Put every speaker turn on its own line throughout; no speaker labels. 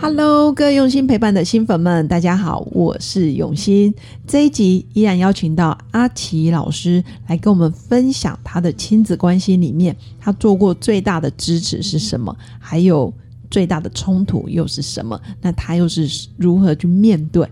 Hello，各位用心陪伴的新粉们，大家好，我是永新。这一集依然邀请到阿奇老师来跟我们分享他的亲子关系里面，他做过最大的支持是什么，还有最大的冲突又是什么？那他又是如何去面对？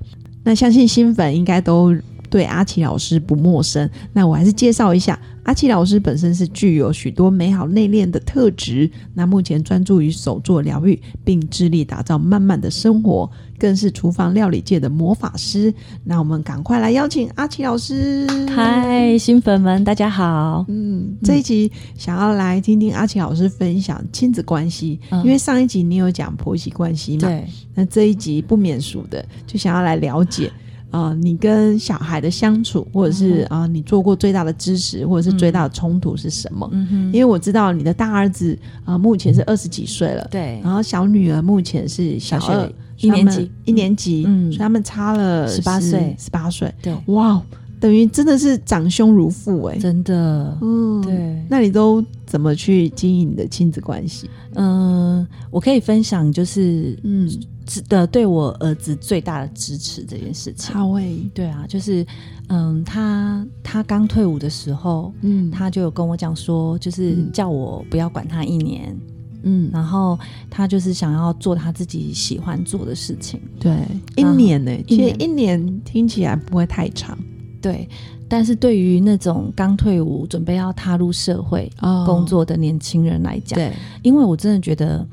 那相信新粉应该都对阿奇老师不陌生。那我还是介绍一下，阿奇老师本身是具有许多美好内敛的特质。那目前专注于手作疗愈，并致力打造慢慢的生活，更是厨房料理界的魔法师。那我们赶快来邀请阿奇老师。
嗨，新粉们，大家好。
嗯，这一集想要来听听阿奇老师分享亲子关系，
嗯
因为上一集你有讲婆媳关系嘛，
对，
那这一集不免俗的，就想要来了解，呃，你跟小孩的相处，或者是
嗯
啊、呃你做过最大的支持，或者是最大的冲突是什么？
嗯哼，
因为我知道你的大儿子啊、呃目前是二十几岁了，
对，
然后小女儿目前是小
小学
二
一年级
所以他们一年级，
嗯
所以他们差了
18岁
十八岁，
对，
哇，等于真的是长兄如父哎、
真的，
嗯，。
对，
那你都怎么去经营你的亲子关系？
嗯，我可以分享就是
嗯，
只的对我儿子最大的支持这件事情。
好诶，
对啊，就是嗯，他他刚退伍的时候，
嗯，
他就有跟我讲说，就是
嗯
叫我不要管他一年，
嗯，
然后他就是想要做他自己喜欢做的事情。
对，一
然后
年呢、
啊
其
一
实
年
一年听起来不会太长
对，但是对于那种刚退伍准备要踏入社会
哦
工作的年轻人来讲，
对，
因为我真的觉得，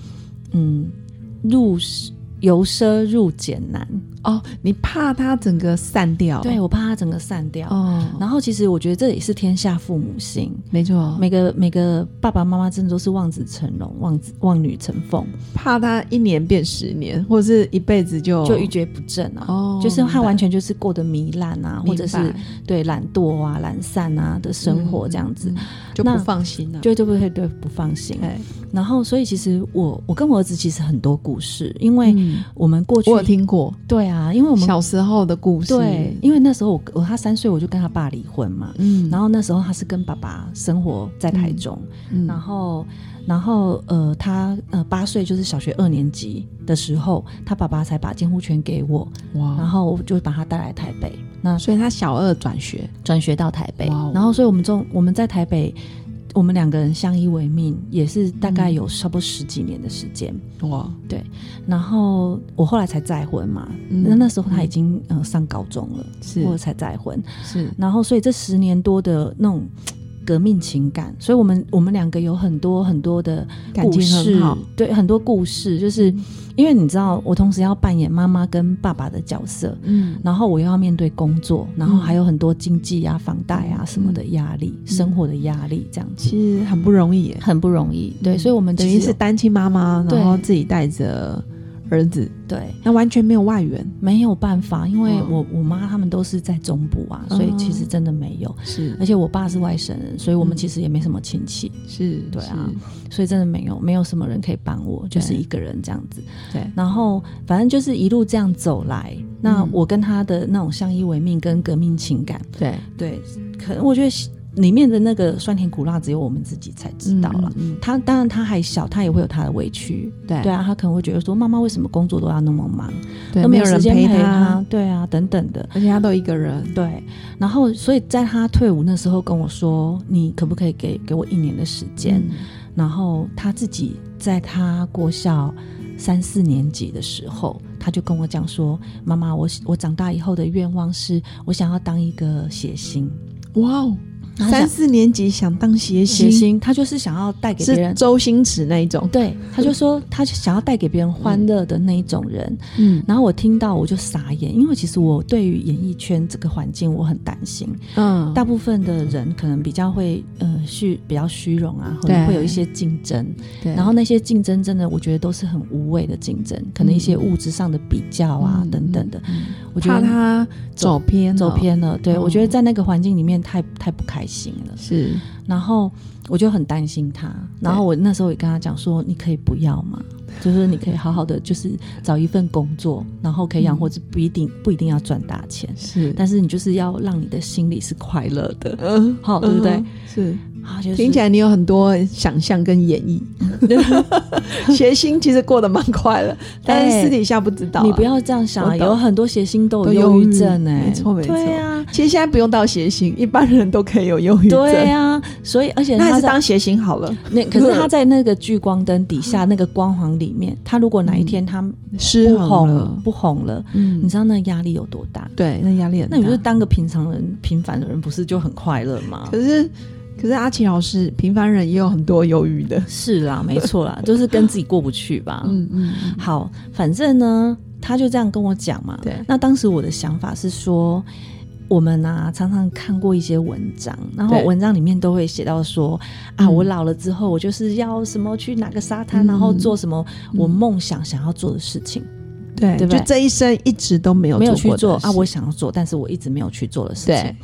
嗯，入由奢入俭难，
哦，你怕它整个散掉，
对，我怕它整个散掉。
哦，
然后其实我觉得这也是天下父母心，
没错，
每个每个爸爸妈妈真的都是望子成龙、望子望女成凤，
怕它一年变十年，或者是一辈子就
就一蹶不振啊。
哦，
就是他
明白
完全就是过得糜烂啊，或者
明
是
白
对懒惰啊、懒散啊的生活这样子，
嗯就不
那
放心了，
就就会嗯对不放心。
对，
然后，所以其实我我跟我儿子其实很多故事，因为
嗯
我们过去、
我有听过
对啊，因为我们
小时候的故事，
对，，因为那时候我我他三岁，我就跟他爸离婚嘛。
嗯，
然后那时候他是跟爸爸生活在台中，
嗯
然后然后呃他呃八岁就是小学二年级的时候，他爸爸才把监护权给我，然
哇，
后我就把他带来台北，那
所以他小二转学，
转学到台北
哇哦，
然后所以我们中我们在台北。我们两个人相依为命，也是大概
嗯
有差不多十几年的时间。
哇，
然后我后来才再婚嘛，
嗯
那、那时候他已经、呃上高中了，
是
我才再婚。
是
然后所以这十年多的那种嘖革命情感，所以我们我们两个有很多很多的
感
故
情
事，
很好，
对，很多嗯故事，就是因为你知道，我同时要扮演妈妈跟爸爸的角色。
嗯
然后我又要面对工作，然后还有很多经济啊、房贷啊什么的压力，生活的压力，这样子
其实很不容易耶，
很不容易。对，
嗯
所以我们
等
其
于
实
是
有
单亲妈妈，
对
然后自己带着儿子，
对
那完全没有外援，
没有办法，因为
嗯
我我妈他们都是在中部啊，
嗯
所以其实真的没有。
是
而且我爸是外省人，所以我们
嗯
其实也没什么亲戚，
是，
对啊所以真的没有没有什么人可以帮我，就是一个人这样子。
是，对，
然后反正就是一路这样走来，那
嗯
我跟他的那种相依为命跟革命情感，
对，
对，可能我觉得里面的那个酸甜苦辣只有我们自己才知道了。
嗯，
他当然他还小，他也会有他的委屈，
对
对啊，他可能会觉得说妈妈为什么工作都要那么忙，
对，
都
没
有
人
时间
陪
他，，对啊，等等的。
而且他都一个人，
对，然后所以在他退伍那时候跟我说，你可不可以给给我一年的时间？
嗯
然后他自己在他国小三四年级的时候，他就跟我讲说，妈妈，我我长大以后的愿望是我想要当一个谐星。
哇哦，
然后
三
想
四年级想嗯当谐
谐
星，
星，他就是想要带给别
是
人。
周星驰那一种。
对，他就说他想要带给别人欢乐的那一种人，
嗯
然后我听到我就傻眼，因为其实我对于演艺圈这个环境我很担心，
嗯，
大部分的人可能比较会呃虚比较虚荣啊，或者
对
会有一些竞争，
对
然后那些竞争真的我觉得都是很无谓的竞争，可能一些
嗯
物质上的比较啊、
嗯
等等的，
嗯
我觉
怕
得
他走偏了，
走偏了，对、
嗯
我觉得在那个环境里面太太不开心了，
是
然后我就很担心他，然后我那时候也跟他讲说，你可以不要嘛。就是你可以好好的，就是找一份工作，然后可以养活自，不一定不一定要赚大钱，
嗯是，
但是你就是要让你的心里是快乐的，
嗯，
好对不对
嗯？是，
啊，就是
听起来你有很多想象跟演绎。 谐星其实过得蛮快乐，但是私底下不知道啊。
哎你不要这样想
我
啊，
懂
有很多谐星都
都
有
忧
忧
郁
郁症哎、
没错没错
对啊，
其实现在不用到谐星，一般人都可以有忧郁症。
对啊，所以而且
那还
他
是
在
当谐星好了，
那可是他在那个聚光灯底下那个光环里面，他如果哪一天他不
失
红
衡了。
不红了，
嗯
你，知道那压力有多大？
对，那压力很大。
那你就是当个平常人、平凡的人，不是就很快乐吗？
可是可是阿奇老师，平凡人也有很多忧郁的。
是啦，没错啦，就是跟自己过不去吧。
嗯嗯，
好，反正呢，他就这样跟我讲嘛。
对
那当时我的想法是说，我们啊常常看过一些文章，然后
对
文章里面都会写到说啊，我老了之后，我就是要什么去哪个沙滩，
嗯
然后做什么我梦想想要做的事情，
对，
对不对
就这一生一直都没有
没有
过
去
的
做啊，
事
我想要做，但是我一直没有去做的事情
对。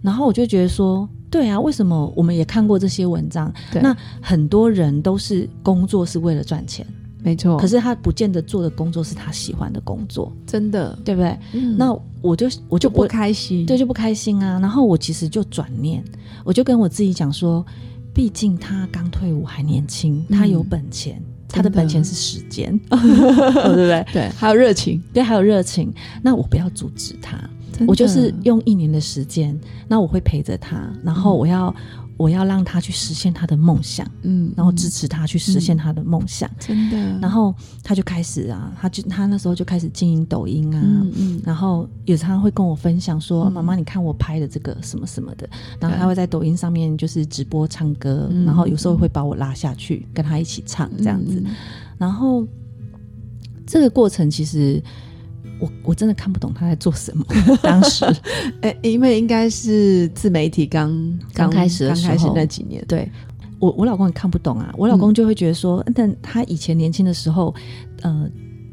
然后我就觉得说，对啊，为什么我们也看过这些文章？
对
那很多人都是工作是为了赚钱，
没错，
可
是
是他不见得做的工作是他喜欢的工作，
真的，
对不对？
嗯
那我就我就
就不
我
开心。
对就不开心啊。然后我其实就转念，我就跟我自己讲说，毕竟他刚退伍还年轻，
嗯
他有本钱，他的
真的
本钱是时 间，对不对？
对，还有热情，
对，还有热情。那我不要阻止他，
真的
我就是用一年的时间，那我会陪着他，然后我要、我要让他去实现他的梦想，
嗯
然后支持他去实现他的梦想。
真的，
然后他就开始啊，他就他那时候就开始经营抖音啊，
嗯嗯，
然后有常常会跟我分享说：“
嗯
妈妈，你看我拍的这个什么什么的。”然后
对
他会在抖音上面就是直播唱歌，
嗯
然后有时候会把我拉下去跟他一起唱这样子。
嗯
然后这个过程其实我我真的看不懂他在做 什么。当时
哎，因为应该是自媒体刚
刚开始的
刚
时候
开始那几年，
对我我老公也看不懂啊，我老
嗯
公就会觉得说，呃但他以前年轻的时候，呃。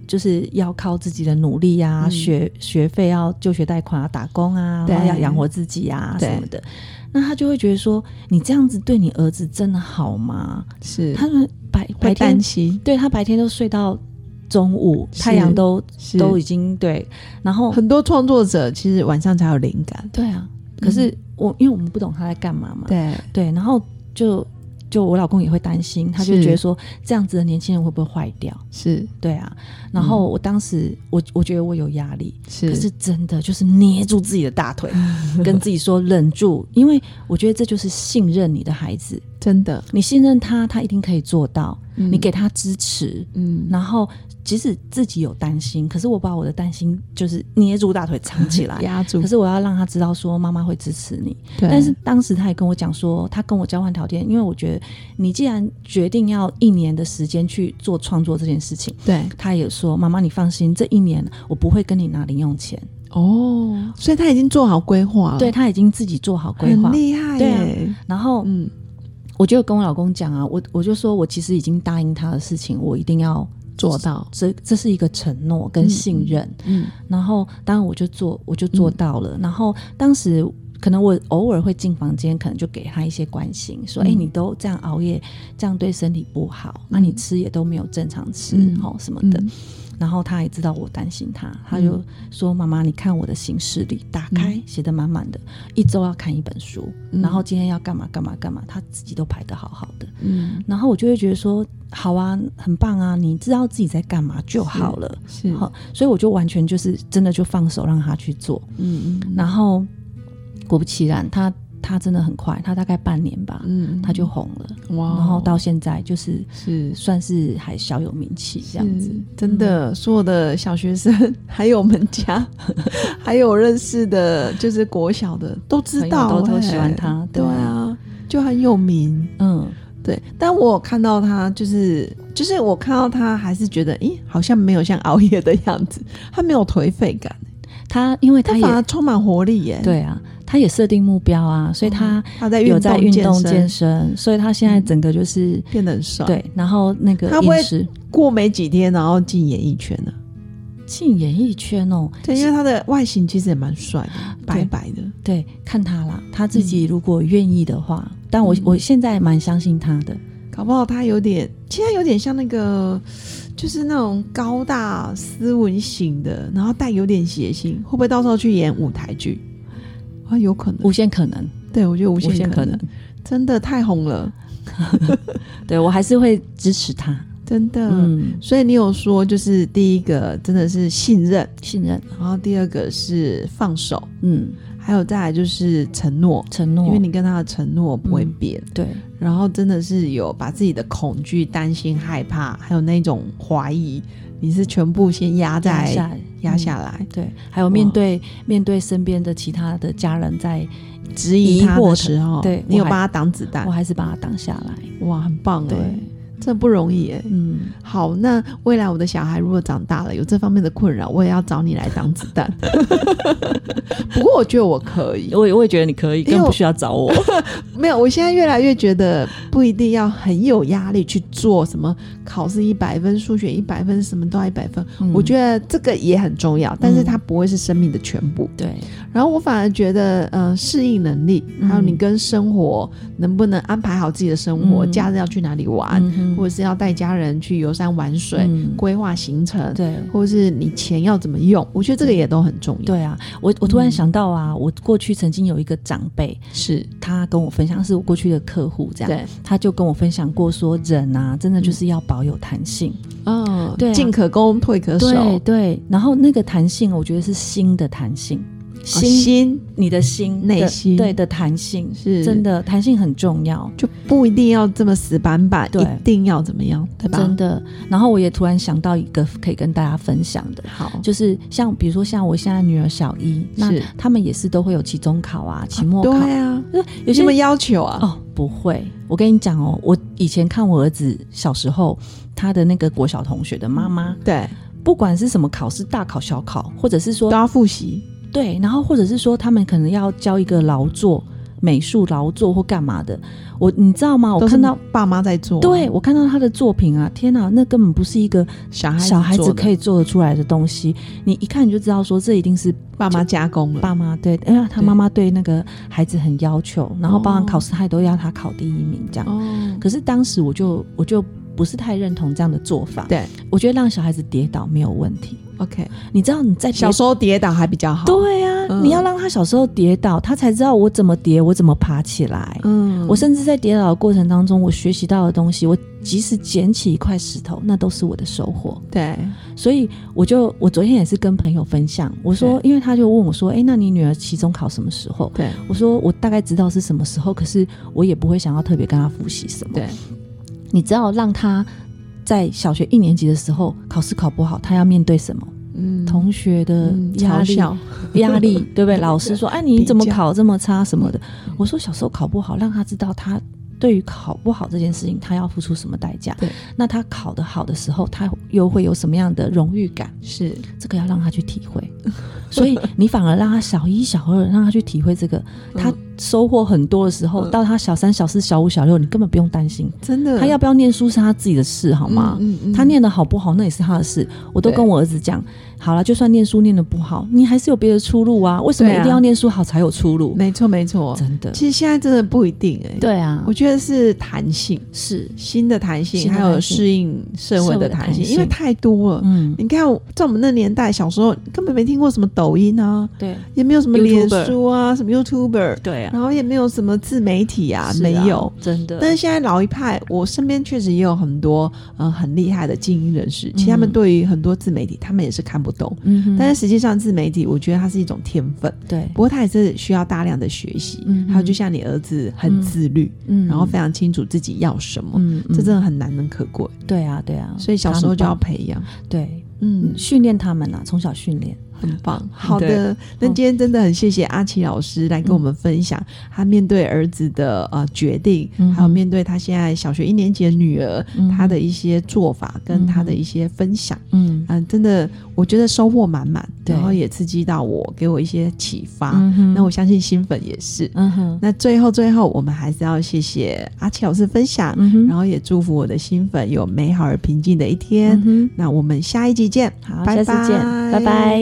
就是要靠自己的努力呀、
嗯
学学费要就学贷款啊，打工啊，
对
然后要养活自己呀、
对
什么的。那他就会觉得说，你这样子对你儿子真的好吗？
是
他们白白
会
天
担心，
对他白天都睡到中午，
是
太阳都
是哦
都已经对，然后
很多创作者其实晚上才有灵感，
对啊，可
嗯
是我、因为我们不懂他在干嘛嘛，
对，
对，然后就就我老公也会担心，他就是觉得说这样子的年轻人会不会坏掉？
是
对啊，然后我当时我我觉得我有压力，
嗯是
可是真的就是捏住自己的 大腿，跟自己说忍住，因为我觉得这就是信任你的孩子，
真的，
你信任他，他一定可以做到，
嗯
你给他支持。
嗯，
然后，即使自己有担心，可是我把我的担心就是捏住大腿藏起 来，
压住
可，是我要让他知道说妈妈会支持你。
对
但是当时他也跟我讲说，他跟我交换条件，因为我觉得你既然决定要一年的时间去做创作这件事情，
对
他也说妈妈你放心，这一年我不会跟你拿零用钱。
哦，所以他已经做好规划了，
对，他已经自己做好规划
很。厉害
对啊
耶，
然后
嗯，
我就跟我老公讲啊，我我就说我其实已经答应他的事情，我一定要。
做到，
这这是一个承诺跟信任，
嗯，
然后当然我就做我就做到了，然后当时可能我偶尔会进房间，可能就给他一些关心，说
嗯
哎、诶你都这样熬夜，这样对身体不好，那、你吃也都没有正常吃，
嗯
哦什么的，
嗯，
然后他也知道我担心他，他就说妈妈你看我的行事历打开写的满满的，一周要看一本书，
嗯
然后今天要干嘛干嘛干嘛，他自己都排得好好的，
嗯，
然后我就会觉得说，好啊，很棒啊，你知道自己在干嘛就好了。
是，
好，所以我就完全就是真的就放手让他去做。
嗯嗯，
然后果不其然，他他真的很快，他大概半年吧，
嗯，
他就红了，
哇，
然后到现在就是
是
算是还小有名气这样
是。
子嗯
嗯真的，所有的小学生，还有我们家， 还有认识的，就是国小的，都知道、
朋友都都
欸
喜欢他
对
对
啊，就很有名。
嗯，
对，但我看到他，就是就是我看到他，还是觉得，咦，好像没有像熬夜的样子，他没有颓废感，
他因为
他
他
反而
也
充满活力耶。，
对啊，他也设定目标啊，所以他
他哦在运
有
动
在运动
健身，
健身，所以他现在整个就是
变得很帅。，
对，然后那个
他会
饮食
过没几天，然后进演艺圈了。
进演艺圈哦，
对，因为他的外形其实也蛮帅的，白白的。
对，看他啦，他自
嗯
己如果愿意的话，但我我现在蛮相信他的，
搞不好他有点，其实他有点像那个，就是那种高大斯文型的，然后带有点邪性，会不会到时候去演舞台剧？啊，有可能。
无限可能，
对，我觉得无
无
限
限
可
可
能
能，，
真的太红了，
对我还是会支持他。
真的。
嗯，
所以你有说，就是第一个真的是信任，
信任，
然后第二个是放手，
嗯，
还有再来就是承诺，
承诺，
因为你跟他的承诺不会
嗯
变。
对
然后真的是有把自己的恐惧、担心、害怕，还有那种怀疑，你是全部先压
压
在
下来
压
嗯
下来，
对，还有面对面对身边的其他的家人在，
质疑
疑
他
惑
的
的
时候，
对
你有
我还
帮他挡子弹
我，还是把他挡下来。
哇，很棒哎、
对，
这不容易哎、
嗯，
好，那未来我的小孩如果长大了有这方面的困扰，我也要找你来挡子弹。 不过我觉得我可以，
我也我也觉得你可以，
因为
更
我
不需要找我。
没有，我现在越来越觉得不一定要很有压力去做什么考试一百分、数学一百分，什么都要一百分。 我觉
得
得这个也很重要，但是它不会是生命的全部。
嗯对，
然后我反而觉得，呃，适应能力，
嗯
还有你跟生活能不能安排好自己的生活，
嗯
假日要去哪里玩，
嗯哼
或者是要带家人去游山玩水，
嗯
规划行程，
对
或者是你钱要怎么用，我觉得这个也都很重要。，
对啊，我我
嗯
突然想到啊，我过去曾经有一个长辈，
是，
他跟我分享是我过去的客户这样，
对，
他就跟我分享过说，人啊，真的就是要保有弹性。
嗯，
对啊
进可攻，退可守，
对
哦
对，然后那个弹性，我觉得是心的弹性，心、
心
你的心
哦内
的
心
对的弹性，
是
真的弹性很重要，
就不一定要这么死板板，
对
一定要怎么样，对吧？
真的。然后我也突然想到一个可以跟大家分享的。
好，
就是像比如说像我现在女儿小一，那
是
他们也是都会有期中考啊、期末考，
对啊，
就是有
有
些
什么要求啊？
哦，不会。我跟你讲哦，我以前看我儿子小时候，他的那个国小同学的妈妈，
对，
不管是什么考试，大考、小考，或者是
都
说
要复习。
对，然后或者是说他们可能要交一个劳作、美术劳作或干嘛的，我你知道吗？我
都是
哦看到，
爸妈在做，
对我看到他的作品啊，天哪，那根本不是一个
小孩
小孩子可
以
以做得出来的东西，你一看你就知道说这一定是
爸妈加工了，
爸妈对，哎呀，他
对
妈妈对那个孩子很要求，然后包含考试他也都要他考第一名这样。
哦，
可是当时我就我就不是太认同这样的做法。
对
我觉得让小孩子跌倒没有问题。
，OK，
你知道你在跌
小时候跌倒还比较好，
对啊，
嗯
你要让他小时候跌倒，他才知道我怎么跌，我怎么爬起来。
嗯
我甚至在跌倒的过程当中，我学习到的东西，我即使捡起一块石头，那都是我的收获。
对，
所以我就我昨天也是跟朋友分享，我说，因为他就问我说，哎、那你女儿期中考什么时候？
对，
我说我大概知道是什么时候，可是我也不会想要特别跟他复习什么。
对，
你知道让他在小学一年级的时候考试考不好，他要面对什么？
嗯
同学的
嗯
压
嘲
力，
笑，
压力对不对？老师说：“哎，你怎么
比较嗯
考这么差什么的？”我说：“小时候考不好，让他知道他对于考不好这件事情，他要付出什么代价
对。
那他考得好的时候，他又会有什么样的荣誉感？
是
这个要让他去体 会。所以你反而让他小一、小二，让他去体会这个，他收获很多的时候，
嗯
到他小三、小四、小五、小六，你根本不用担心
真的，
他要不要念书是他自己的事，好吗？
嗯嗯
他念的好不好，那也是他的事。我都
对
跟我儿子讲，好了，就算念书念的不好，你还是有别的出路啊。为什么
对
一
啊
定要念书好才有出路？
没错没错，
真的，
其实现在真的不一定哎，，
对啊
我，觉得是弹性，
是，
新的弹性，
新的
还有
弹性
适应社会
社会
的
的
弹
弹
性，
性
因为太多了。
嗯，
你看，在我们那年代，小时候根本没听过什么抖音啊，
对
也没有什么脸
YouTuber
书啊，什么 YouTuber，
对啊，
然后也没有什么自媒体啊，
是啊
没有。
真的，
但是现在老一派，我身边确实也有很多呃很厉害的精英人士，其实他们
嗯
对于很多自媒体，他们也是看不懂。
嗯哼，
但是实际上，自媒体我觉得它是一种天分，
对，
不过它也是需要大量的学习。
嗯哼
还有，就像你儿子很自律，
嗯
然后非常清楚自己要什么，
嗯，嗯
这真的很难能可贵。
对啊，对啊，
所以小时候就要培养，
对
嗯，
训练他们啊，从小训练，
很棒。好的
对，
那今天真的很谢谢阿奇老师来跟我们分享他面对儿子的呃决定，
嗯哼
还有面对他现在小学一年级的女儿，
嗯
他的一些做法跟他的一些分享。
嗯
嗯，真的，我觉得收获满满，
对
然后也刺激到我，给我一些启发。
嗯哼
那我相信新粉也是。
嗯哼，
那最后最后，我们还是要谢谢阿奇老师分享，
嗯哼，
然后也祝福我的新粉有美好而平静的一天。
嗯哼，
那我们下一集见，
好，
拜
下次见，
拜
拜拜